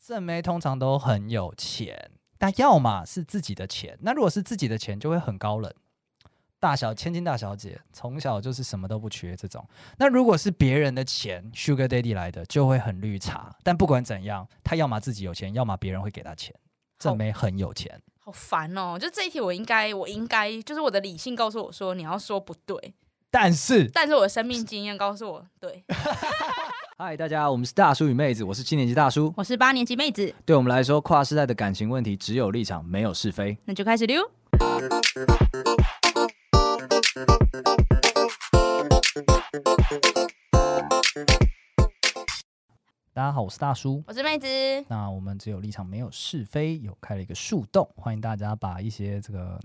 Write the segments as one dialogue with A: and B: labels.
A: 正妹通常都很有钱，但要么是自己的钱，那如果是自己的钱，就会很高冷。大小千金大小姐，从小就是什么都不缺这种。那如果是别人的钱，Sugar Daddy 来的，就会很绿茶。但不管怎样，她要么自己有钱，要么别人会给她钱。正妹很有钱，
B: 好烦哦！就这一题，我应该，我应该，就是我的理性告诉我说你要说不对，
A: 但是，
B: 但是我的生命经验告诉我对。
A: 嗨，大家，我们是大叔与妹子，我是七年级大叔。
B: 我是八年级妹子，
A: 对我们来说，跨世代的感情问题只有立场，没有是非。
B: 那就开始溜。
A: 大家好，我是大叔。
B: 我是妹子，
A: 那我们只有立场，没有是非，有开了一个树洞，欢迎大家把一些这个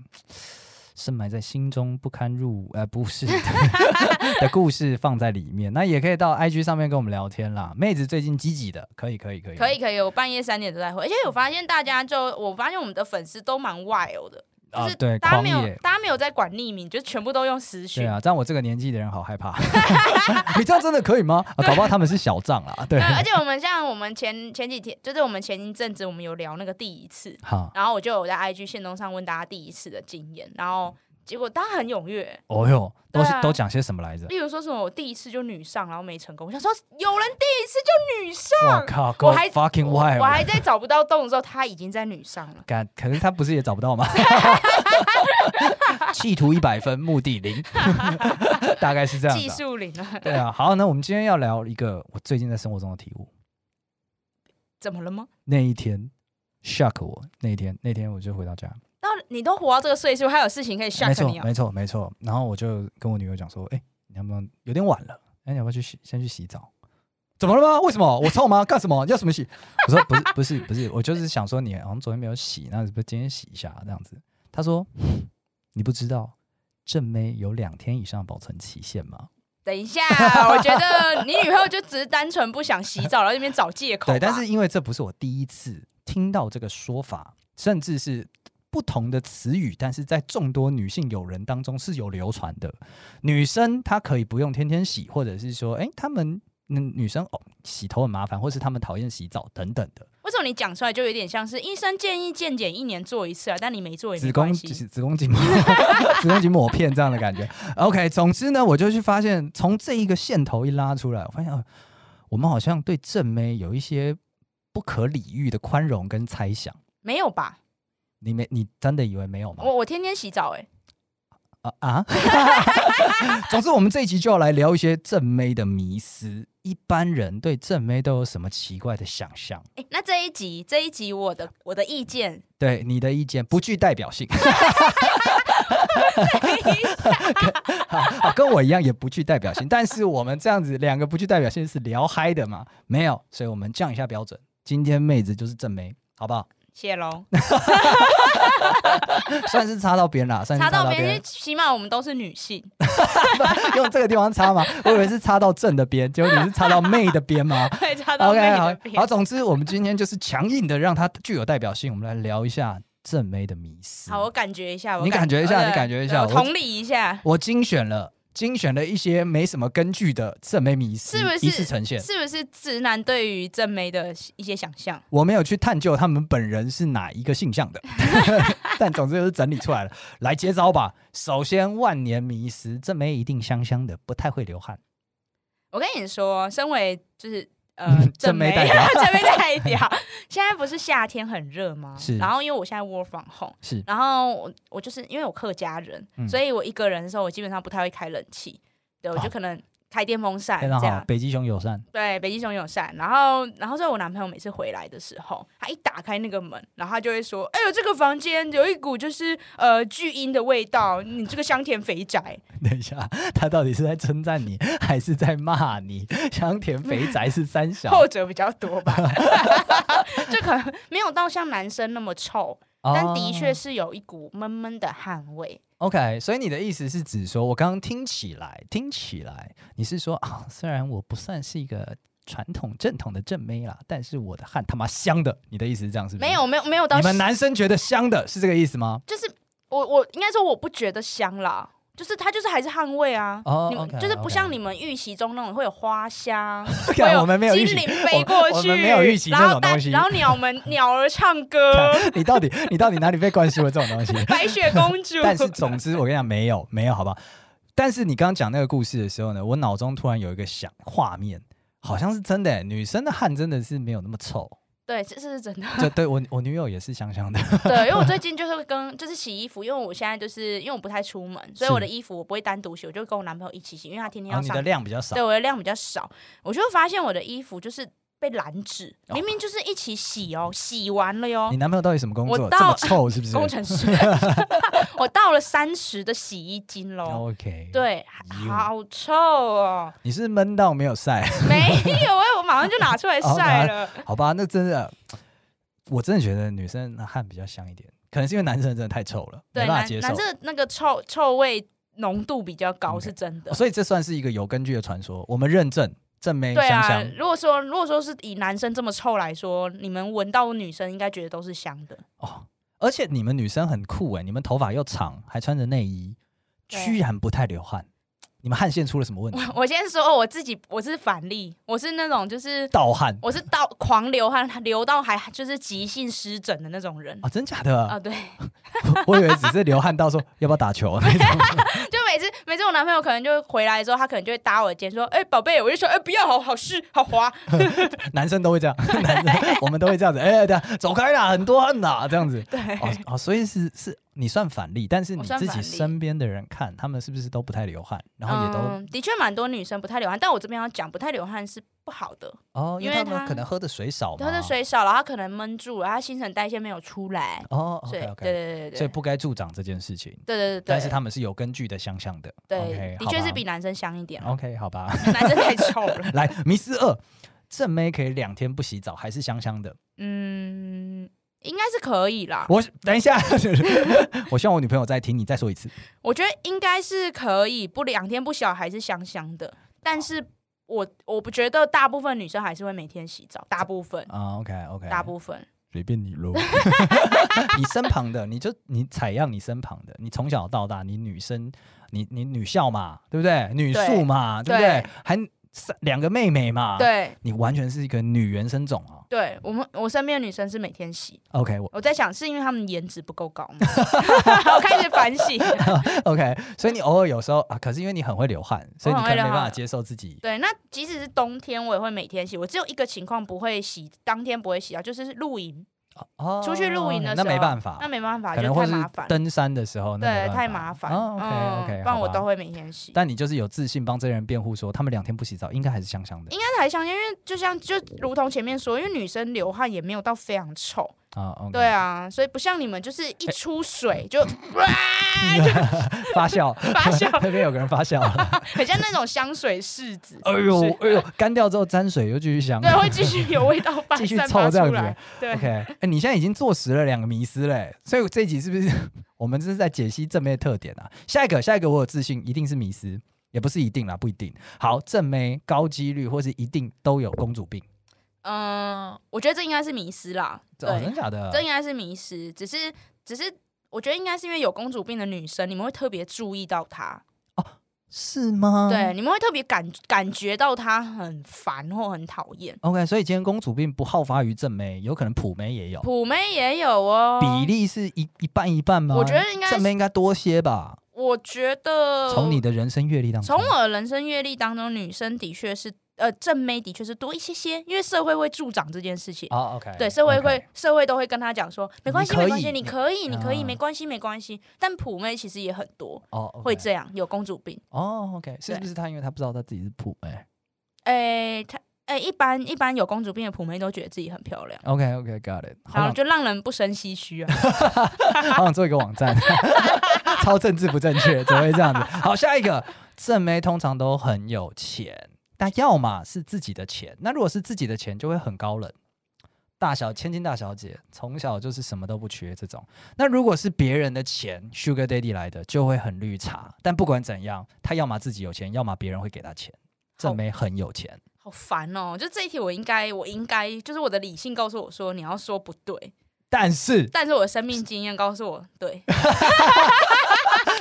A: 深埋在心中不堪入呃不是 的故事放在里面。那也可以到 IG 上面跟我们聊天啦。妹子最近积极的，可以可以可以
B: 可以可以，我半夜三点都在回，而且我发现大家就，我发现我们的粉丝都蛮 wild 的，
A: 啊
B: 就是
A: 对
B: 大家
A: 狂
B: 没有
A: 野，。
B: 大家没有在管匿名，就全部都用私
A: 对
B: 讯。
A: 啊，这样我这个年纪的人好害怕。 你这样真的可以吗？啊、搞不好他们是小账啦。对啊
B: 对，，呃而且我们像我们前前几天，就是我们前一阵子我们有聊那个第一次，
A: 好，
B: 然后我就有在 IG 线动上问大家第一次的经验，然后结果大家很踊跃，
A: 哦哟，都是、
B: 对啊
A: 都讲些什么来着？
B: 例如说什么我第一次就女上，然后没成功，我想说有人第一次就女上，
A: 我靠
B: 我
A: ，Go
B: 还
A: fucking
B: 我
A: wild！
B: 我还在找不到洞的时候，他已经在女上了。
A: 干，可是他不是也找不到 吗？企图一百分，目的 零，大概是这样
B: 技
A: 子啊、
B: 术零了，
A: 对啊，好，那我们今天要聊一个我最近在生活中的体悟。
B: 怎么了吗？
A: 那一天 shock 我，那一天那天我就回到家，
B: 到你都活到这个岁数，还有事情可以
A: 没
B: shock
A: 错
B: 你啊？
A: 没错没错。然后我就跟我女友讲说，哎、你要不要有点晚了？哎、你要不要去洗先去洗澡？怎么了吗？为什么我臭吗？干什么？要什么洗？我说不是不是不是，我就是想说你好像昨天没有洗，那是不是今天洗一下这样子？他说你不知道正妹有两天以上保存期限吗？
B: 等一下，我觉得你女朋友就只是单纯不想洗澡，然后这边找借口吧。
A: 对，但是因为这不是我第一次听到这个说法，甚至是不同的词语，但是在众多女性友人当中是有流传的。女生她可以不用天天洗，或者是说，哎、她们嗯女生哦洗头很麻烦，或是她们讨厌洗澡等等的。
B: 为什么你讲出来就有点像是医生建议健检一年做一次啊？但你没做也
A: 子
B: 没
A: 宫
B: 关
A: 只
B: 系。
A: 是子宫颈膜 子宫颈抹片这样的感觉。OK，总之呢，我就去发现，从这一个线头一拉出来，我发现、呃、我们好像对正妹有一些不可理喻的宽容跟猜想。
B: 没有吧？
A: 你没你真的以为没有吗？
B: 我我天天洗澡哎、
A: 啊啊！ 总之，我们这一集就要来聊一些正妹的迷思。一般人对正妹都有什么奇怪的想象？
B: 哎、那这一集这一集我的我的意见，
A: 对你的意见不具代表性， 啊，跟我一样也不具代表性。但是我们这样子两个不具代表性是聊嗨的嘛？没有，所以我们降一下标准。今天妹子就是正妹，好不好？
B: 谢喽，
A: 算是插到边啦，算是
B: 插
A: 插
B: 到
A: 到
B: 边，因
A: 边
B: 为，起码我们都是女 性，
A: 用这个地方插嘛？我以为是插到正的边，结果你是插到妹的边吗？
B: 会插到妹
A: OK，好
B: 的，边
A: 好，。总之我们今天就是强硬的让它具有代表性，我们来聊一下正妹的迷思。
B: 好，我感觉一下，我
A: 你感觉一下
B: 对
A: 你感觉一下
B: 对我
A: 我
B: 同理一下，
A: 我精选了精选了一些没什么根据的正妹迷思，
B: 是不是
A: 一次呈现？
B: 是不是直男对于正妹的一些想象？
A: 我没有去探究他们本人是哪一个性向 的， 但总之就是整理出来了。来接招吧！首先，万年迷思，正妹一定香香的，不太会流汗。，
B: 我跟你说，身为就是。呃
A: 嗯正
B: 正
A: 妹
B: 妹
A: 代表
B: 正妹代表，现在不是夏天很热吗？
A: 是
B: 然后因为我现在 work from home，
A: 是
B: 然后我我就是因为我客家人，
A: 嗯
B: 所以我一个人的时候，我基本上不太会开冷气，对我
A: 好
B: 就可能开电风扇
A: 非
B: 这
A: 常好
B: 样，。
A: 北极熊友善。
B: 对，北极熊有扇，然后然后所以我男朋友每次回来的时候，他一打开那个门，然后他就会说：“哎呦，这个房间有一股就是呃巨婴的味道，你这个香甜肥宅。
A: 等一下，他到底是在称赞你，还是在骂你？香甜肥宅是三”小，哦
B: 后者比较多吧， 这可能没有到像男生那么臭，但的确
A: 哦
B: 是有一股闷闷的汗味。
A: OK，所以你的意思是指说，我刚刚听起来，听起来你是说啊，虽然我不算是一个传统正统的正妹啦，但是我的汗他妈香的。你的意思是这样是不是？
B: 没，有没有没有到
A: 你们男生觉得香的是这个意思吗？
B: 就是我我应该说我不觉得香啦，就是他就是还是捍卫啊。
A: 哦
B: 你们
A: OK，
B: 就是不
A: OK
B: 像你们预习中那种会有花香，
A: 看
B: 会
A: 我们没有预
B: 精
A: 习
B: 灵，飞过去，
A: 我们没有预习
B: 然后
A: 这种
B: 大
A: 东西
B: 然后鸟们鸟儿唱歌，
A: 你到底你到底哪里被灌输了这种东西？
B: 白雪公主。
A: 但是总之，我跟你讲，没有没有，好不好？但是你刚刚讲那个故事的时候呢，我脑中突然有一个想画面，好像是真的、欸，女生的汗真的是没有那么臭。
B: 对，这这是 真的。
A: 就对我我女友也是香香的，
B: 对，因为我最近就是跟就是洗衣服，因为我现在就是因为我不太出门，所以
A: 是
B: 我的衣服我不会单独洗，我就跟我男朋友一起洗，因为他天天
A: 然后
B: 要
A: 哦你
B: 上
A: 的量比较少
B: 对，我的量比较少，我就发现我的衣服就是被染指，明明就是一起洗哦，洗完了哟
A: 哦你。男朋友到底什么工作
B: 我
A: 这
B: 到
A: 么臭是不是
B: 工程师， 我到了三十的洗衣精喽，
A: ？OK，，
B: 对，
A: 哦哎呦
B: 好臭哦，
A: 你是闷到没有晒，
B: 没有哎，我马上就拿出来
A: 哦拿
B: 晒了。
A: 好吧？那真的，我真的觉得女生的汗比较香一点，可能是因为男生真的太臭了，
B: 对，
A: 没办
B: 男
A: 法接受
B: 男。生的那个臭臭味浓度比较高
A: OK
B: 是真的
A: 哦。所以这算是一个有根据的传说，我们认证证明
B: 对
A: 嗯香
B: 啊
A: 香，
B: 如果说如果说是以男生这么臭来说，你们闻到女生应该觉得都是香 的。
A: 哦。而且你们女生很酷哎、你们头发又长，还穿着内衣，
B: 对
A: 居然不太流汗，你们汗腺出了什么问题？
B: 我先说我自己，我是反例，我是那种 就是
A: 盗汗
B: 我是到狂流汗，流到还就是急性湿疹的那种人。
A: 啊，真假的？
B: 啊、对，
A: 我以为只是流汗到说要不要打球 那种。
B: 就每次每次我男朋友可能就回来之后，他可能就会搭我的肩说：“哎、宝贝。”我就说：“哎、不要，好好湿，好滑。
A: 男生都 会这样，男生我们都会这样子，哎、等下走开啦，很多汗啦，这样子”。
B: 对，
A: 哦哦，所以是是你算反例，但是你
B: 我算
A: 自己
B: 反例
A: 身边的人看，他们是不是都不太流汗，然后也都、
B: 嗯，的确蛮多女生不太流汗，但我这边要讲，不太流汗是不好的，
A: 哦，因
B: 因
A: 为
B: 为
A: 他们
B: 他
A: 可能喝的水少嘛，
B: 她的水少了，她可能闷住了，她新陈代谢没有出来，
A: 哦
B: 所
A: ，OK
B: 以对
A: OK，
B: 对对对
A: 所以
B: 对。
A: 不该助长这件事情，
B: 对对对，
A: 但是他们是有根据的，相像的，
B: 对
A: OK，，
B: 的
A: 好
B: 确
A: 吧
B: 是比男生香一点，啊
A: OK 好吧，
B: 男生太臭了。
A: 来迷思二，正妹可以两天不洗澡还是香香的，
B: 嗯，应该是可以啦，
A: 我等一下， 我希望我女朋友在听，你再说一次，
B: 我觉得应该是可以，不两天不洗澡还是香香的，但是我我不觉得大部分女生还是会每天洗澡，大部分。
A: 啊，OK OK，
B: 大部分
A: 随便你喽。 你身旁的，你就你采样你身旁的，你从小到大，你女生，你你女校嘛，对不对？女宿嘛，对
B: 对
A: 不对？还三两个妹妹嘛，，
B: 对
A: 你完全是一个女原生种啊。
B: 对，我们我身边的女生是每天洗。
A: OK，我
B: 我在想，是因为她们颜值不够高吗？ 我开始反省。嗯
A: OK，所以你偶尔有时候啊，可是因为你很会流汗，所以你可能没办法接受自己。
B: 对，那即使是冬天，我也会每天洗。我只有一个情况不会洗，当天不会洗啊，就是露营，
A: 哦
B: 出去露营的时
A: 那
B: 候
A: 没办法
B: 那，没办法，
A: 可
B: 就
A: 能
B: 太
A: 或是
B: 麻烦。
A: 登山的时候，那没
B: 对
A: 办，法
B: 太麻烦。
A: 哦 OK
B: 嗯
A: OK，
B: 不然我都
A: 会。
B: 会每天洗。
A: 但你就是有自信帮这些人辩护说，他们两天不洗澡应该还是香香的
B: 应该是还香，因为就像就如同前面说，因为女生流汗也没有到非常臭，
A: 啊。OK
B: 对啊，所以不像你们就是
A: 哎
B: 一出水就哇
A: 发酵，
B: 发酵，
A: 那边有个人发 酵了，
B: 很像那种香水柿子，
A: 哎呦
B: 是
A: 哎呦，干掉之后沾水又继续香。
B: 对，会继续有味道
A: 继
B: 散
A: 续
B: 散
A: 臭
B: 发
A: 这样
B: 出
A: 子
B: 来，对
A: OK，哎、你现在已经坐实了两个迷思嘞，所以这一集是不 是我们这是在解析正妹的特点啊？下一个，下一个，我有自信，一定是迷思，也不是一定啦，不一定。好，正妹高几率或是一定都有公主病，
B: 嗯、我觉得这应该是迷失啦，
A: 这哦，真
B: 对
A: 的，假的
B: 这？应该是迷失，只是只是我觉得应该是因为有公主病的女生，你们会特别注意到她，
A: 是吗？
B: 对，你们会特别感感觉到她很烦或很讨厌，
A: ，OK，所以今天公主病不好发于正妹，有可能普妹也有，
B: 普妹也有哦，
A: 比例是一一半一半吗？
B: 我觉得应该
A: 正妹应该多些吧，
B: 我觉得
A: 从你的人生阅历当中，
B: 从我的人生阅历当中，女生的确是呃正妹的确是多一些些，因为社会会助长这件事情。
A: 哦，OK，
B: 对，社会
A: OK
B: 会社会都会跟她讲说，没关系，
A: 你可以
B: 没关系，你可以，
A: 你
B: 你可以，
A: 啊
B: 没关系，没关系。但普妹其实也很多
A: 哦，OK，
B: 会这样，有公主病。
A: 哦，OK，是
B: 对
A: 不是他因为他不知道他自己是普妹
B: 诶，她诶，一般一般有公主病的普妹都觉得自己很漂亮，
A: ？OK OK，got it。好
B: 然后
A: 想
B: 就让人不生唏嘘啊。
A: 好想做一个网站， 超政治不正确，怎么会这样子？好，下一个，正妹通常都很有钱，但要么是自己的钱，那如果是自己的钱，就会很高冷。大小千金大小姐，从小就是什么都不缺这种。那如果是别人的钱，Sugar Daddy 来的，就会很绿茶。但不管怎样，她要么自己有钱，要么别人会给她钱。正妹很有钱，
B: 好烦哦！就这一题，我应该，我应该，就是我的理性告诉我说你要说不对，
A: 但是
B: 但是我的生命经验告诉我对。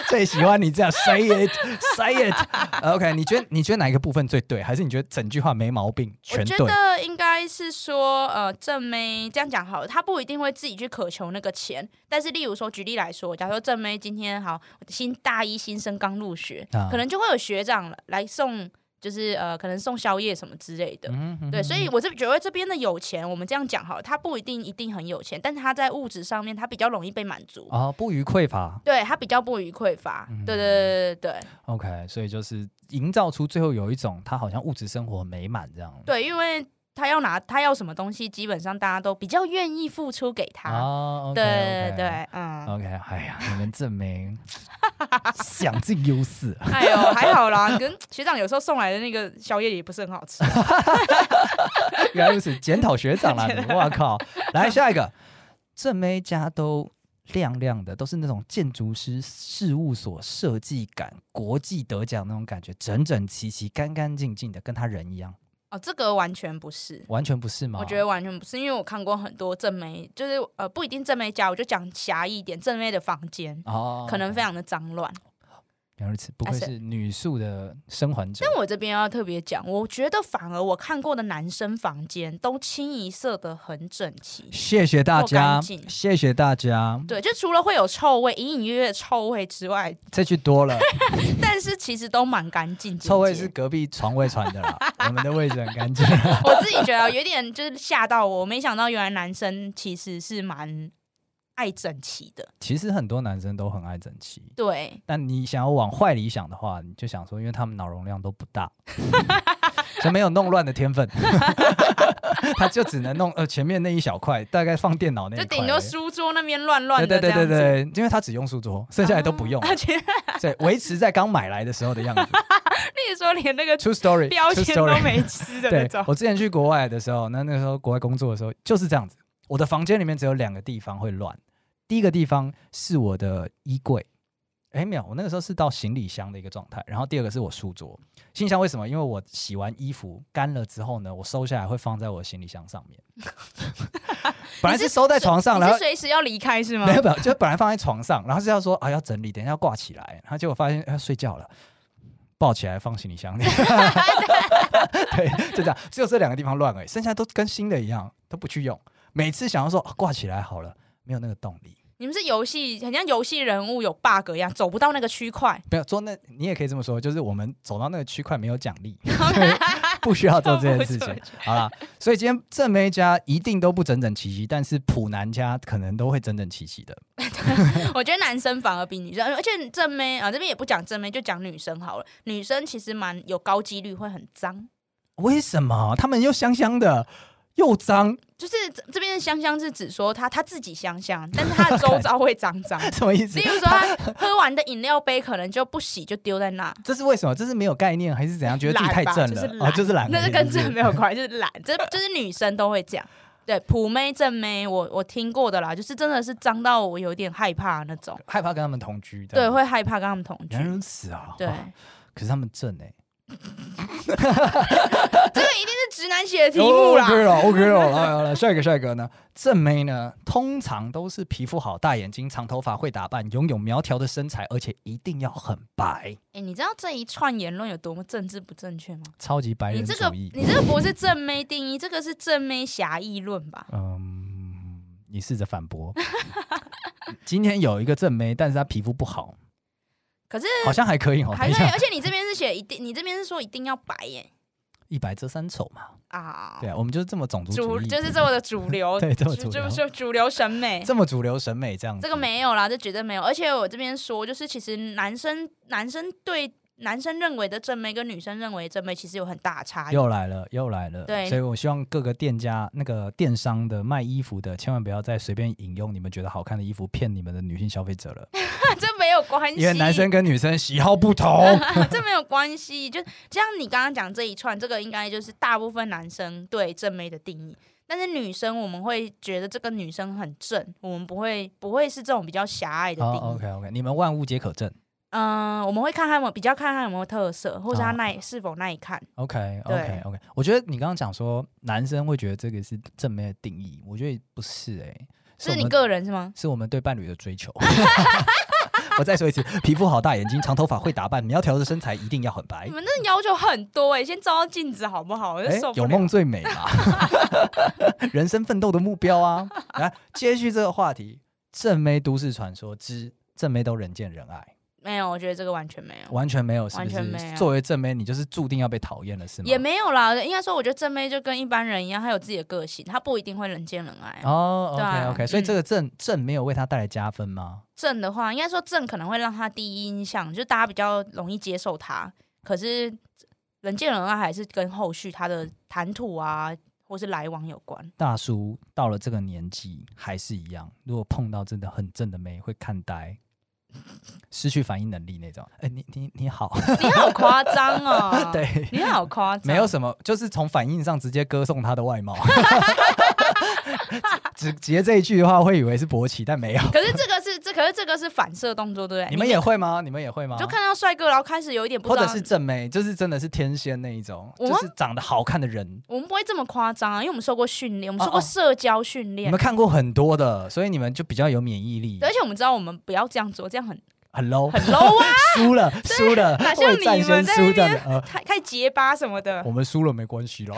A: 最喜欢你这样 say it say it。OK，你呃觉得你觉得哪一个部分最对？还是你觉得整句话没毛病，
B: 我
A: 全
B: 觉
A: 对？
B: 得应该是说，呃，正妹这样讲好了，她不一定会自己去渴求那个钱，但是例如说，举例来说，假如说正妹今天好新大一新生刚入学，
A: 啊
B: 可能就会有学长来送，就是呃，可能送宵夜什么之类的。
A: 嗯嗯
B: 对，所以我这觉得这边的有钱，我们这样讲好了，他不一定一定很有钱，但是他在物质上面，他比较容易被满足，
A: 啊，不予匮乏。
B: 对他比较不予匮乏。
A: 嗯
B: 对对对对对
A: OK，所以就是营造出最后有一种他好像物质生活很美满这样。
B: 对，因为他要拿他要什么东西，基本上大家都比较愿意付出给他。
A: 啊，OK，OK，
B: 对对对，嗯，
A: OK，哎呀，你们证明 想尽优势。
B: 哎呦，还好啦，跟学长有时候送来的那个宵夜也不是很好吃。
A: 原来如此，检讨学长啦你！ 哇靠，来下一个，正妹家都亮亮的，都是那种建筑师事务所设计感、国际得奖那种感觉，整整齐齐、干干净净的，跟他人一样，
B: 哦，这个完全不是。
A: 完全不是吗？
B: 我觉得完全不是，因为我看过很多正妹，就是呃不一定正妹家，我就讲狭义一点，正妹的房间
A: 哦，
B: 可能非常的脏乱。
A: 原来如此，不愧
B: 但是
A: 是女宿的生还者
B: 但我这边要特别讲，我觉得反而我看过的男生房间都清一色的很整齐，
A: 谢谢大
B: 够
A: 家，
B: 干净
A: 谢谢大家，
B: 对，就除了会有臭味，隐隐约约的臭味之外，
A: 这句多 了，
B: 但是其实都蛮干净。
A: 臭味
B: 简洁
A: 是隔壁床位传的啦，我们的位置很干净。
B: 我自己觉得有点就是吓到我，没想到原来男生其实是蛮爱整齐的。
A: 其实很多男生都很爱整齐，
B: 对，
A: 但你想要往坏里想的话，你就想说，因为他们脑容量都不大，就没有弄乱的天分， 他就只能弄呃前面那一小块，大概放电脑那一
B: 就
A: 块而已，
B: 顶多书桌那边乱乱
A: 对
B: 的
A: 对
B: 这
A: 对对
B: 样子。
A: 对，
B: 啊
A: 因为他只用书桌，剩下来都不 用，
B: 而且
A: 对，维持在刚买来的时候的样子。
B: 那时候连那个
A: True story，
B: 标
A: true
B: 签
A: story
B: 都没吃的那
A: 对
B: 种，。
A: 我之前去国外的时候，那那时候国外工作的时候就是这样子。我的房间里面只有两个地方会乱，第一个地方是我的衣柜，哎没有，我那个时候是到行李箱的一个状态，然后第二个是我书桌。行李箱为什么？因为我洗完衣服干了之后呢，我收下来会放在我的行李箱上面， 本来是收在床 上，
B: 你
A: 然后
B: 是。随时要离开是吗
A: 没？有，没有，就本来放在床上，然后是要说啊要整理，等一下要挂起来，然后结果发现要睡觉了，抱起来放行李箱里。对，就这样，只有这两个地方乱而已，剩下都跟新的一样，都不去用。每次想要说、啊挂起来好了，没有那个动力。
B: 你们是游戏，很像游戏人物有 bug 一样，走不到那个区 块。
A: 没有做那，你也可以这么说，就是我们走到那个区块没有奖励，不需要做这件事
B: 不
A: 情
B: 错。
A: 好啦，所以今天正妹家一定都不整整齐齐，但是普南家可能都会整整齐齐的。
B: 我觉得男生反而比女生，而且正妹啊，这边也不讲正妹，就讲女生好了。女生其实蛮有高几率会很脏。
A: 为什么他们又香香的，又脏，
B: 就是这这边的香香是指说他他自己香香，但是他的周遭会脏 脏。
A: 什么意思
B: 例？如说，他喝完的饮料杯可能就不洗就丢在那，
A: 这是为什么？这是没有概念，还是怎样？觉得自己太正了？
B: 懒吧
A: 哦，就是懒而已，
B: 那是跟
A: 是不
B: 这
A: 是
B: 没有关系，就是懒。这就是女生都会这样。对，普妹、正妹，我我听过的啦，就是真的是脏到我有点害怕那种。
A: 害怕跟他们同居。这
B: 对，
A: 样
B: 会害怕跟他们同居
A: 原。来如此啊。
B: 对，
A: 哇可是他们正哎、
B: 这个一定是直男写的题目
A: 哦
B: 啦。
A: OK 了，OK 了，来来来，下一个，下一个呢？正妹呢，通常都是皮肤好、大眼睛、长头发、会打扮、拥有苗条的身材，而且一定要很白，
B: 哎、你知道这一串言论有多么政治不正确吗？
A: 超级白
B: 你
A: 人
B: 这个
A: 主义。
B: 你这个不是正妹定义，这个是正妹狭义论吧？
A: 嗯，你试着反驳。嗯今天有一个正妹，但是她皮肤不好，
B: 可是
A: 好像还可以哦。等
B: 还
A: 一
B: 可以，
A: 下，
B: 而且你这边是写一定，你这边是说一定要白耶
A: 一白遮三丑嘛。
B: 啊，
A: 对啊，我们就是这么种族
B: 主
A: 主义，
B: 就是这么的主 流，
A: 对这么主
B: 就
A: 流
B: 就是主流审美。
A: 这么主流审美这样子。
B: 这个没有啦，这绝对没有。而且我这边说，就是其实男生男生对男生认为的正妹跟女生认为的正妹其实有很大的差异。
A: 又来了，又来了。
B: 啊对
A: 所以我希望各个店家、那个电商的卖衣服的，千万不要再随便引用你们觉得好看的衣服骗你们的女性消费者了，
B: 这没有关系，
A: 因为男生跟女生喜好不 同。
B: 这没有关系。就像你刚刚讲这一串，这个应该就是大部分男生对正妹的定义。但是女生，我们会觉得这个女生很正，我们不会不会是这种比较狭隘的定义。
A: 哦，OK OK，你们万物皆可证。
B: 嗯，我们会看他有没有比较看他有没有特色，或者他
A: 啊
B: 耐、是否耐看。
A: OK
B: 对
A: OK OK，我觉得你刚刚讲说男生会觉得这个是正面的定义，我觉得不是哎、
B: 是
A: 我
B: 你
A: 们
B: 个人是吗？
A: 是我们对伴侣的追求。 我再说一次，皮肤好、大眼睛、长头发、会打扮、苗条的身材一定要很白
B: 你。们那要求很多哎、先照照镜子好不好？我就
A: 哎
B: 受，不
A: 有
B: 了。
A: 梦最美 嘛，人生奋斗的目标啊！来，接续这个话题，《正妹都市传说之正妹都人见人爱
B: 没有，我觉得这个完全没》，有，
A: 完全没有，是不
B: 完全没
A: 是？
B: 有
A: 作为正妹，你就是注定要被讨厌了，是吗？
B: 也没有啦。应该说，我觉得正妹就跟一般人一样，她有自己的个性，她不一定会人见人爱。
A: 哦
B: 对
A: ，OK
B: 啊
A: OK，所以
B: 嗯
A: 这个正正没有为他带来加分吗？
B: 正的话，应该说正可能会让她第一印象就是大家比较容易接受她，可是人见人爱还是跟后续她的谈吐啊，或是来往有关。
A: 大叔到了这个年纪还是一样，如果碰到真的很正的妹，会看呆，失去反应能力那种。哎、你你你好，！，
B: 你好夸张哦
A: 对，
B: 你好夸 张。
A: 没有什么，就是从反应上直接歌颂她的外貌。 只截这一句的话，会以为是勃起，但没 有。
B: 可是这个是这，可是这个是反射动作，对不对？
A: 你们也会吗？你们也会吗？
B: 就看到帅哥，然后开始有一点不
A: 或
B: 知道
A: 者是正妹，就是真的是天仙那一种，
B: 我
A: 就
B: 们
A: 是长得好看的人。
B: 我们不会这么夸张啊，因为我们受过训练，我们
A: 哦
B: 受过
A: 哦
B: 社交训
A: 你
B: 练，
A: 们看过很多的，所以你们就比较有免疫力
B: 对。而且我们知道我们不要这样做，这样很
A: 很 low，
B: 很 low 啊，
A: 输 了，输了，
B: 哪像
A: 为战
B: 你
A: 先
B: 们在
A: 输
B: 那
A: 的
B: 边
A: 呃，
B: 太太结巴什么的
A: 我。们输了没关系啦。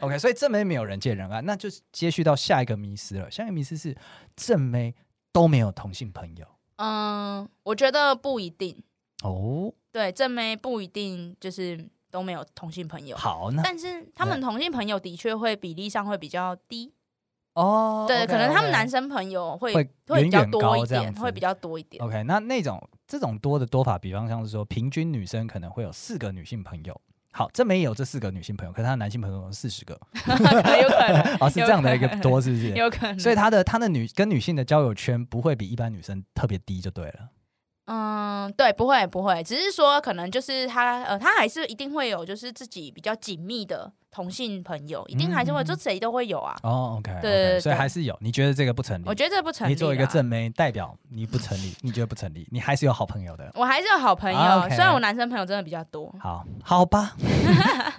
A: OK，所以正妹没有人见人啊爱，那就是接续到下一个迷思了。下一个迷思是正妹都没有同性朋友
B: 嗯，我觉得不一定，
A: 哦。
B: 对，正妹不一定就是都没有同性朋友，
A: 好，嗯那
B: 但是他们同性朋友的确会比例上会比较低，
A: 哦，
B: 对，
A: OK，
B: 可能他们
A: OK
B: 男生朋友会
A: 会
B: 会比较
A: 远远
B: 多
A: 高
B: 一
A: 这样
B: 点，
A: 子，
B: 会比较多一点。
A: OK。那那种这种多的多法，比方像是说，平均女生可能会有四个女性朋友。好，正妹也有这四个女性朋友，可是她的男性朋友有四十 个，
B: 可能有可能，
A: 哦，是这样的一个多，是不是？
B: 有可能。
A: 所以她的她的女跟女性的交友圈不会比一般女生特别低，就对了。
B: 嗯，对，不会不会，只是说可能就是他呃，他还是一定会有就是自己比较紧密的同性朋友，一定还是会，
A: 嗯
B: 就谁都会有啊。
A: 哦，OK，
B: 对对对
A: 所以还是有。你觉得这个不成立？
B: 我觉得啊这不成立。
A: 你作为一个，正妹代表，你不成立，你觉得不成立？你还是有好朋友的。
B: 我还是有好朋友，
A: 啊，OK
B: 虽然我男生朋友真的比较多。
A: 好，好 吧。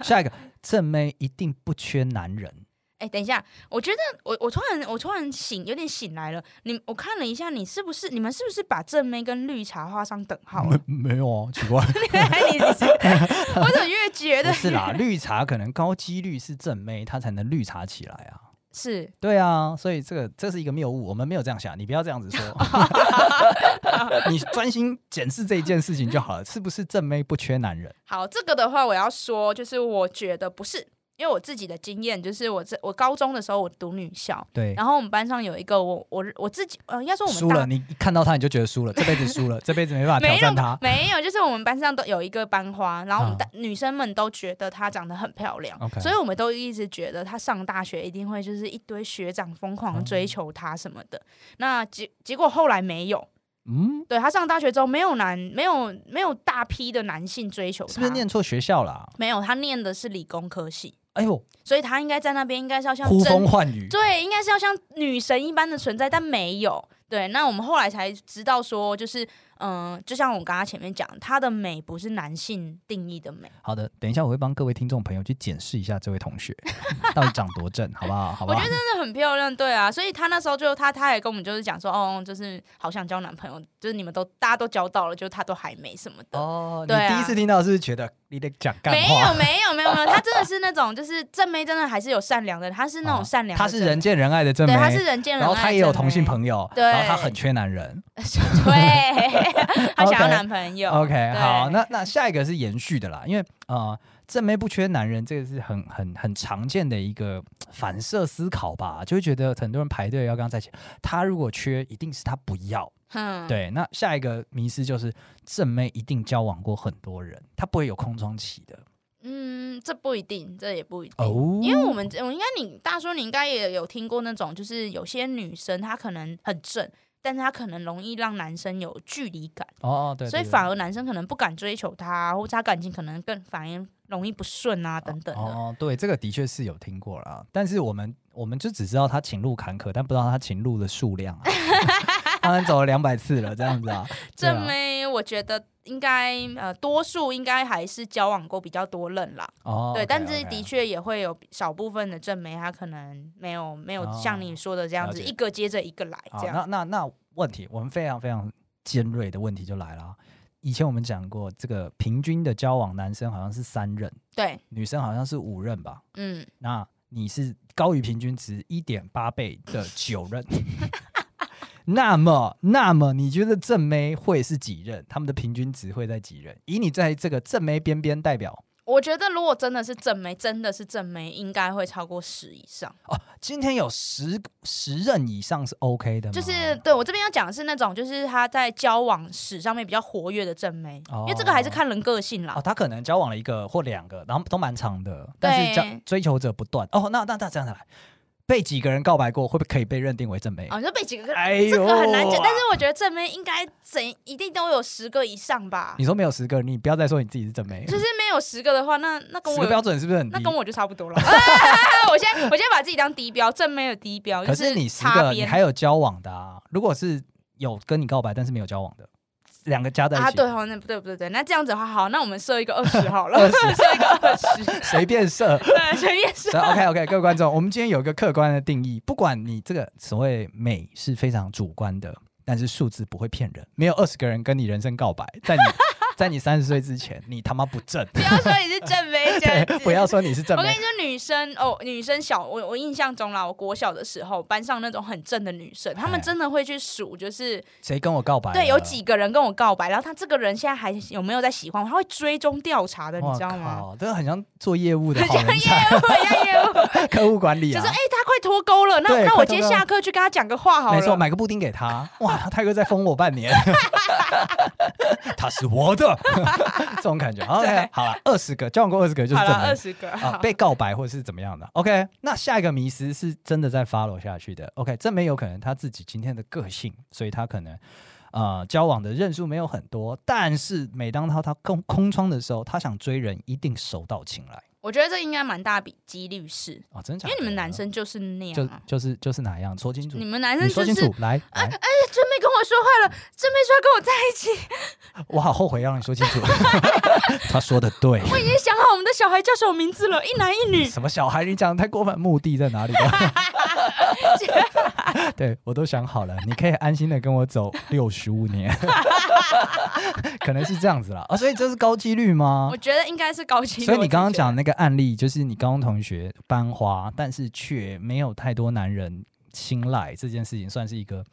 A: 下一个，正妹一定不缺男人。
B: 哎，等一下，我觉得我我突然我突然醒，有点醒来了。你我看了一下，你是不是你们是不是把正妹跟绿茶画上等号了？
A: 没没有啊，奇怪。
B: 你是 我怎么越觉
A: 不
B: 得
A: 是啦， 绿茶可能高几率是正妹，她才能绿茶起来啊。
B: 是
A: 对啊，所以这个这是一个谬误，我们没有这样想，你不要这样子 说， 你专心检视这一件事情就好了，是不是正妹不缺男人？
B: 好，这个的话我要说，就是我觉得不是，因为我自己的经验，就是我这我高中的时候我读女校，
A: 对，
B: 然后我们班上有一个我我我自己呃，应该说我们
A: 输
B: 大
A: 了，你一看到他你就觉得输了，这辈子输 了，这辈子没办法啊挑
B: 没
A: 战他
B: 有。没有，就是我们班上都有一个班花，然后我们
A: 啊
B: 大、女生们都觉得她长得很漂亮
A: OK
B: 所以我们都一直觉得她上大学一定会就是一堆学长疯狂追求她什么的。那结结果后来没有，
A: 嗯，
B: 对她上大学之后没有男没有没有大批的男性追求她，
A: 是不是念错学校啦？
B: 没有？她念的是理工科系。
A: 哎呦，
B: 所以她应该在那边应该是要像
A: 呼风
B: 真
A: 唤雨。
B: 对，应该是要像女神一般的存在，但没有。对，那我们后来才知道说，就是嗯、呃就像我刚刚前面讲，她的美不是男性定义的美，
A: 好的，等一下我会帮各位听众朋友去检视一下这位同 学到底长多正，好不好？好不好？
B: 真的很漂亮，对啊。所以她那时候就她她也跟我们就是讲说，哦，就是好想交男朋友，就是你们都大家都交到了，就她都还没什么的。
A: 哦，你
B: 对啊
A: 第一次听到是不是觉得你得讲干
B: 没
A: 话哦
B: 有？没有没有没有，她真的是那种就是正妹，真的还是有善良的，她是那
A: 哦
B: 种善良的
A: 他
B: 正
A: 是
B: 妹、
A: 人见人爱的正妹，
B: 对，她是人见人爱，
A: 然后他也有同性朋友，
B: 对
A: 然后他很缺男人。
B: 友， 对，她想要
A: OK
B: 男朋友。
A: OK，
B: 对
A: 好，那那下一个是延续的啦，因为呃，正妹不缺男人，这个是很很很常见的一个反射思考吧，就会觉得很多人排队要跟他在一起，他如果缺，一定是他不要。
B: 嗯，
A: 对，那下一个迷思就是正妹一定交往过很多人，她不会有空窗期的
B: 嗯，这不一定，这也不一定。
A: 哦，
B: 因为我们，我应该你大叔，你应该也有听过那种，就是有些女生她可能很正，但是她可能容易让男生有距离感，
A: 哦哦对，
B: 所以
A: 对
B: 反而男生可能不敢追求她，或者她感情可能更反而容易不顺啊，等等的。
A: 哦，对，这个的确是有听过啦，但是我们我们就只知道他情路坎坷，但不知道他情路的数量 啊。 他们走了两百次了，这样子啊，对
B: 正
A: 啊
B: 妹，我觉得应该呃，多数应该还是交往过比较多人啦，
A: 哦，
B: 对，
A: OK，
B: 但是
A: OK
B: 的确也会有少部分的正妹，她可能没有没有
A: 哦
B: 像你说的这样
A: 了
B: 子，
A: 解
B: 一个接着一个来
A: 好，
B: 这样。
A: 那那那问题，我们非常非常尖锐的问题就来了啊。以前我们讲过，这个平均的交往，男生好像是三任，
B: 对，
A: 女生好像是五任吧？
B: 嗯，
A: 那你是高于平均值一点八倍的九 任。那么，那么你觉得正妹会是几任？他们的平均值会在几任？以你在这个正妹边边代表
B: 我觉得如果真的是正妹，真的是正妹，应该会超过十以上。
A: 哦，今天有十十任以上是 OK 的吗？
B: 就是对我这边要讲的是那种，就是他在交往史上面比较活跃的正妹，
A: 哦
B: 因为这个还是看人个性啦
A: 哦，。他可能交往了一个或两个，然后都蛮长的，但是
B: 对
A: 交追求者不断。哦，那那那这样子来，被几个人告白过，会不会可以被认定为正妹？
B: 啊，就被几个，
A: 哎
B: 这
A: 呦
B: 个很难讲。但
A: 啊
B: 是我觉得正妹应该整一定都有十个以上吧。
A: 你说没有十个，你不要再说你自己是正妹，
B: 就是没有十个的话，那那跟
A: 十
B: 我
A: 个标
B: 有
A: 准是不是很低
B: 那？跟我就差不多 了。 啊我现在我现在把自己当低标，正妹的低标，
A: 可
B: 哦就是
A: 你十
B: 擦
A: 个，你
B: 边
A: 还有交往的啊。如果是有跟你告白，但是没有交往的，两个加在一
B: 啊，
A: 起，
B: 对哦，那不对不对不对，那这样子的话，好，那我们设一个二十好了，
A: 二十
B: 设一个 二十，
A: 随便 设。
B: 对，随便设。
A: OK OK，各位观众，我们今天有一个客观的定义，不管你这个所谓美是非常主观的，但是数字不会骗人，没有二十个人跟你人生告白，在 你在你三十岁之前，你他妈不正，
B: 不要说你是正妹， 这样
A: 对，
B: 子
A: 不要。说你是正
B: 我跟
A: 妹
B: 你，说，女生哦，女生小我我印象中啦，我国小的时候，班上那种很正的女生，她
A: 哎
B: 们真的会去数，就是
A: 谁跟我告白？啊
B: 对有。几个人跟我告白，然后她这个人现在还有没有在喜欢我，她会追踪调查的，你
A: 哇
B: 知道吗？
A: 靠，这个很像做业务的
B: 很
A: 好
B: 像
A: 人才，
B: 对呀，业 务
A: 客户管理
B: 就
A: 啊
B: 是，哎，她快脱钩了，那
A: 对
B: 那
A: 快脱
B: 我今天
A: 钩
B: 下课去跟她讲个话好
A: 没错，
B: 了。
A: 买个布丁给他。 哇，泰哥再封我半年， 他是我的， 这种感觉。OK，
B: 对
A: 好了，二十个交往过二十个就是
B: 好
A: 正
B: 了，二
A: 妹
B: 十个，
A: 啊，
B: 好
A: 被告白或是怎么样的。OK，那下一个迷思是真的在 follow 下去的。OK，正妹有可能他自己今天的个性，所以他可能。呃，交往的人数没有很多，但是每当他他空空窗的时候，他想追人一定手到擒来
B: 我觉得这应该蛮大比几率是，
A: 啊、真假
B: 因
A: 的？
B: 为你们男生就是那样
A: 就
B: 啊。
A: 就是就是哪样说清楚，
B: 你们男
A: 你
B: 生
A: 说
B: 就
A: 清
B: 是呃哎
A: 楚，来来，
B: 正妹跟我说话了，正妹说要跟我在一起，
A: 我好后悔让你说清楚。 他说的对，
B: 我已经想好我们的小孩叫什么名字了，一男一女。
A: 什么小孩？你讲得太过分，目的在哪里 了？对我都想好了，你可以安心的跟我走六十五年， 可能是这样子啦。啊、所以这是高几率吗
B: 我？觉得应该是高清。
A: 所以你刚
B: 我
A: 刚
B: 就觉
A: 讲那个案例，就是你高中同学班花，但是却没有太多男人青睐这件事情，算是一个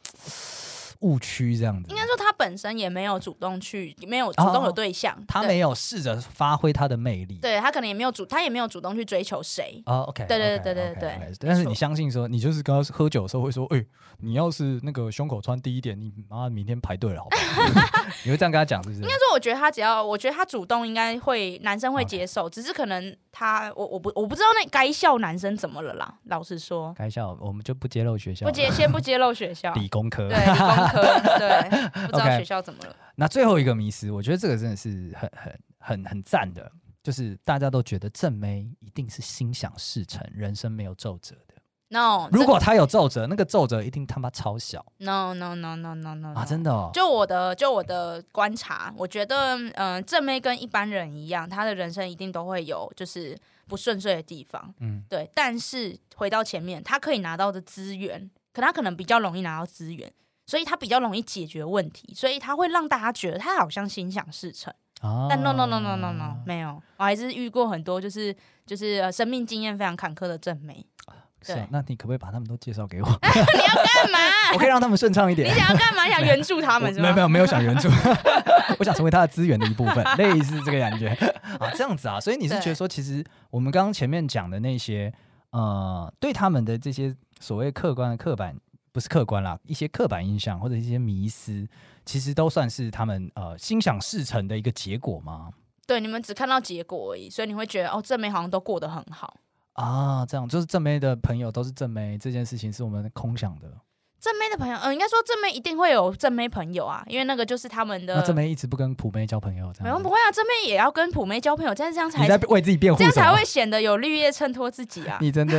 A: 误区这样子
B: 得，应。该说他本身也没有主动去，没有主动有对象，
A: 哦他
B: 对
A: 没有试着发挥他的魅力。
B: 对他可能也没有主，他也没有主动去追求谁。
A: 哦，OK，
B: 对对
A: OK，
B: 对对
A: OK，
B: 对
A: OK，
B: 没
A: 但是
B: 错
A: 你相信说，你就是刚刚喝酒的时候会说，哎、你要是那个胸口穿低一点，你妈明天排队了，好吧？ 你会这样跟他讲是不是？
B: 应该说，我觉得他只要，我觉得他主动应该会，男生会
A: OK
B: 接受只是可能他，我我不我不知道那该校男生怎么了啦。老实说，
A: 该校我们就不揭露学校
B: 不
A: 了，
B: 揭先不揭露 学校，
A: 理工科
B: 对。理工科，对，不 知
A: OK
B: 道学校怎么了。
A: 那最后一个迷思，我觉得这个真的是很很很很赞的，就是大家都觉得正妹一定是心想事成，人生没有皱褶的。
B: No，
A: 如果她有皱褶，那个皱褶一定他妈超小
B: No No No No No No
A: 啊！
B: no
A: 真的哦，
B: 嗯就我的就我的观察，我觉得，嗯、正妹跟一般人一样，她的人生一定都会有就是不顺遂的地方，
A: 嗯，
B: 对。但是回到前面，她可以拿到的资源，可她可能比较容易拿到资源，所以她比较容易解决问题，所以她会让大家觉得她好像心想事成。
A: 啊
B: 但 no no no no no no 没有，我还是遇过很多就是就是、呃生命经验非常坎坷的正妹。
A: 是啊
B: 对，
A: 那你可不可以把他们都介绍给我？
B: 干嘛？
A: 我可以让他们顺畅一点
B: 你。想要干嘛？你想援助他
A: 我
B: 们是
A: 没有
B: 吗？
A: 没有没有想援助， 我想成为他的资源的一部分，类似这个感觉 啊，这样子啊，所以你是觉得
B: 对
A: 说，其实我们刚刚前面讲的那些，呃，对他们的这些所谓客观的刻板，不是客观啦，一些刻板印象或者一些迷思，其实都算是他们呃心想事成的一个结果吗？
B: 对，你们只看到结果而已，所以你会觉得哦，正妹好像都过得很好。
A: 啊，这样就是正妹的朋友都是正妹，这件事情是我们空想的。
B: 正妹的朋友，嗯、应该说正妹一定会有正妹朋友啊，因为那个就是他们的。
A: 哦那正妹一直不跟普妹交朋友，这
B: 没
A: 样
B: 有
A: 子
B: 不会啊，正妹也要跟普妹交朋友，这样这样
A: 你
B: 才
A: 在为自己辩护
B: 这
A: 什么？
B: 啊 样才会显得有绿叶衬托自己啊。
A: 你真的，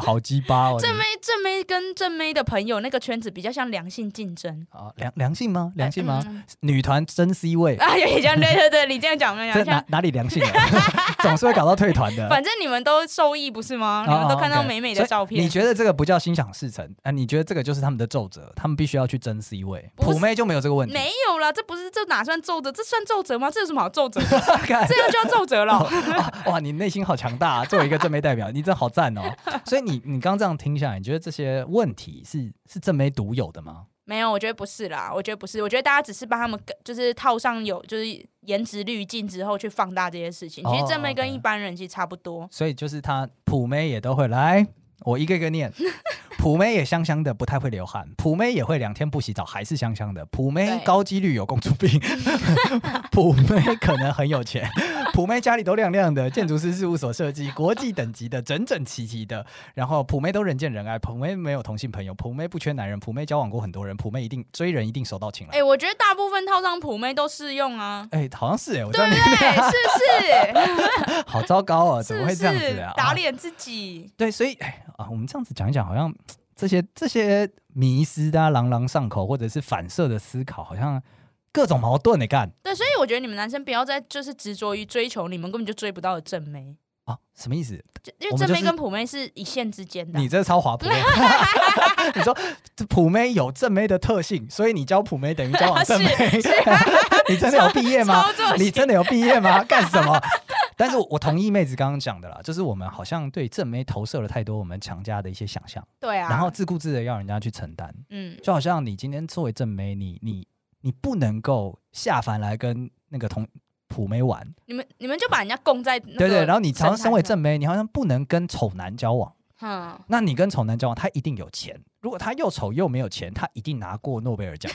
A: 好鸡巴哦！
B: 正
A: 你
B: 妹正妹跟正妹的朋友那个圈子比较像良性竞争，
A: 啊，良良性吗？良性吗？
B: 嗯
A: 女团真 C 位，
B: 啊，有点像，对对对，你这样讲，我跟你
A: 这
B: 讲，
A: 哪
B: 像
A: 哪里良性啊？ 总是会搞到退团的。
B: 反正你们都受益不是吗？你们
A: 哦
B: 都看到
A: OK
B: 美美
A: 所
B: 的
A: 以
B: 照片，
A: 你觉得这个不叫心想事成啊？你觉得这个就是他们的皱褶，他们必须要去争 C 位。
B: 不是
A: 普妹就没有这个问题，
B: 没有啦，这不是这哪算皱褶？这算皱褶吗？这有什么好 皱褶的？
A: 干
B: 这样就要皱褶了。哦
A: 哦哇，你内心好强大、啊，作为一个正妹代表，你真好赞哦。所以你你刚这样听下来，你觉得这些问题是是正妹独有的吗？
B: 没有，我觉得不是啦，我觉得不是，我觉得大家只是帮他们跟就是套上有就是颜值滤镜之后去放大这些事情。其
A: 哦
B: 实正妹跟
A: OK
B: 一般人其实差不多。
A: 所以就是她普妹也都会来，我一个一个 念。普妹也香香的，不太会流汗；普妹也会两天不洗澡还是香香的。普妹
B: 对
A: 高几率有公主 病，普妹可能很有钱，普妹家里都亮亮的，建筑师事务所设计，国际等级的，整整齐齐的。然后普妹都人见人爱，普妹没有同性朋友，普妹不缺男人，普妹交往过很多人，普妹一定追人一定手到擒
B: 哎、
A: 来。
B: 我觉得大部分套上普妹都适用啊，
A: 哎、好像是哎、我
B: 对
A: 在
B: 不对？是不是？
A: 好糟糕啊， 怎么
B: 是不
A: 会
B: 是
A: 这样子啊？
B: 打脸自己？
A: 对，所以哎啊，我们这样子讲一讲，好像这些这些迷失，大家朗朗上口，或者是反射的思考，好像各种矛盾的欸干
B: 对，所以我觉得你们男生不要再就是执着于追求你们根本就追不到的正妹，
A: 啊，什么意思？
B: 就因
A: 我们
B: 为正
A: 就
B: 妹
A: 是
B: 跟普妹是一线之间的啊、
A: 你这超滑普妹， 你说这普妹有正妹的特性，所以你教普妹等于交往
B: 啊
A: 正妹， 你真的有毕业吗？
B: 操作
A: 你
B: 性
A: 真的有毕业吗？干什么？但是我我同意妹子刚刚讲的啦，就是我们好像对正妹投射了太多我们强加的一些想象，
B: 对啊，
A: 然后自顾自的要人家去承担。
B: 嗯，
A: 就好像你今天作为正妹，你你你不能够下凡来跟那个同普妹玩，
B: 你们你们就把人家供在那
A: 对对。
B: 个
A: 然后你好像
B: 神坛
A: 身为
B: 上
A: 正，妹，你好像不能跟丑男交往。
B: 嗯，
A: 那你跟丑男交往，他一定有钱。如果他又丑又没有钱，他一定拿过诺贝尔 奖，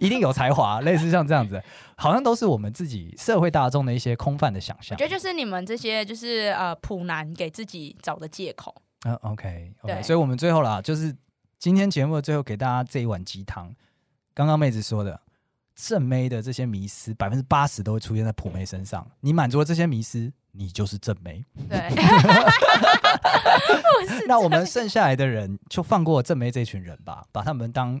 A: 一定有才华，类似像这样子，好像都是我们自己社会大众的一些空泛的想
B: 我
A: 象
B: 觉。得就是你们这些就是呃普男给自己找的借口。
A: 嗯，OK，OK、o k OK，
B: 对
A: 所以我们最后啦，就是今天节目的最后给大家这一碗鸡汤。刚刚妹子说的，正妹的这些迷思，百分之八十都会出现在普妹身上。你满足了这些迷思，你就是正妹。
B: 对，
A: 那我们剩下来的人，就放过正妹这群人吧，把他们当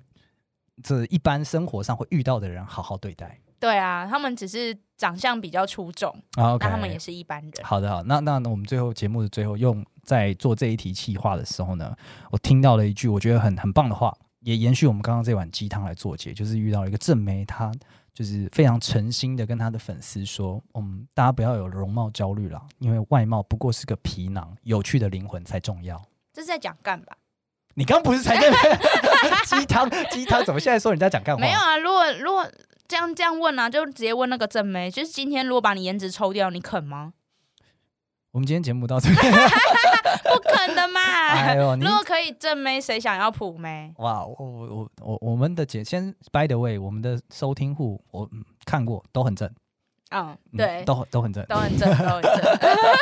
A: 这一般生活上会遇到的人好好对待。
B: 对啊，他们只是长相比较出众，
A: 啊
B: 那他们
A: OK，
B: 也是一般人。
A: 好的，好，那那那我们最后节目的最后，用在做这一题企划的时候呢，我听到了一句我觉得很很棒的话，也延续我们刚刚这碗鸡汤来做结，就是遇到了一个正妹，她就是非常诚心的跟她的粉丝说，嗯，大家不要有容貌焦虑啦，因为外貌不过是个皮囊，有趣的灵魂才重要。
B: 这是在讲干吧？
A: 你刚不是才在 那鸡汤鸡汤，怎么现在说人家讲干话？
B: 没有啊，如果如果这样这样问啊，就直接问那个正妹，就是今天如果把你颜值抽掉，你肯 吗？
A: 我们今天节目到这边，
B: 不肯的嘛。
A: 哎呦，你
B: 如果可以正妹，谁想要普妹？
A: 哇，我我我我我们的节先，by the way，我们的收听户我、嗯看过都很正，
B: 嗯，
A: 嗯
B: 对，
A: 都很都很正。
B: 都很正，都很正。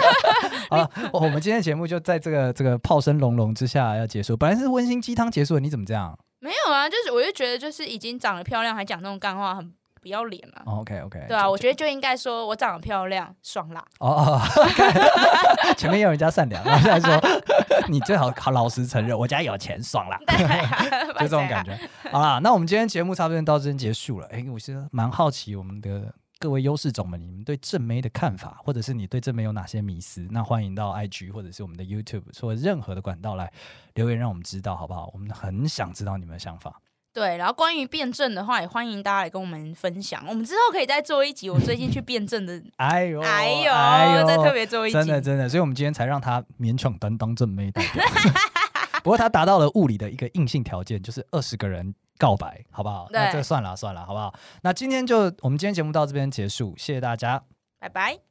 A: 好了，我我们今天的节目就在这个这 个炮声隆隆之下要结束，本来是温馨鸡汤结束的，你怎么这样、
B: 没有啊，就是我就觉得就是已经长得漂亮还讲这种干话，很不要脸啊。
A: 哦、？OK OK，
B: 对啊，我觉得就应该说我长得漂亮，爽啦。
A: 哦哦，OK 前面要人家善良，然后现在说 你最好好老实承认，我家有钱，爽啦。
B: 对啊
A: 就这种感
B: 觉。
A: 觉。好啦，那我们今天节目差不多到这边结束了。哎、我其实蛮好奇我们的各位优势种们，你们对正妹的看法，或者是你对正妹有哪些迷思？那欢迎到 IG 或者是我们的 YouTube 或者任何的管道来留言，让我们知道好不好？我们很想知道你们的想法。，
B: 对，然后关于辩证的话，也欢迎大家来跟我们分享。我们之后可以再做一集我最近去辩证的
A: 哎呦，
B: 哎呦，
A: 哎呦，
B: 再特别做一集。
A: 真的真的，所以我们今天才让他勉强担当正妹代表。不过他达到了物理的一个硬性条件，就是二十个人告白，好不好？那
B: 对
A: 这算了算了，好不好？那今天就我们今天节目到这边结束，谢谢大家。
B: 拜拜。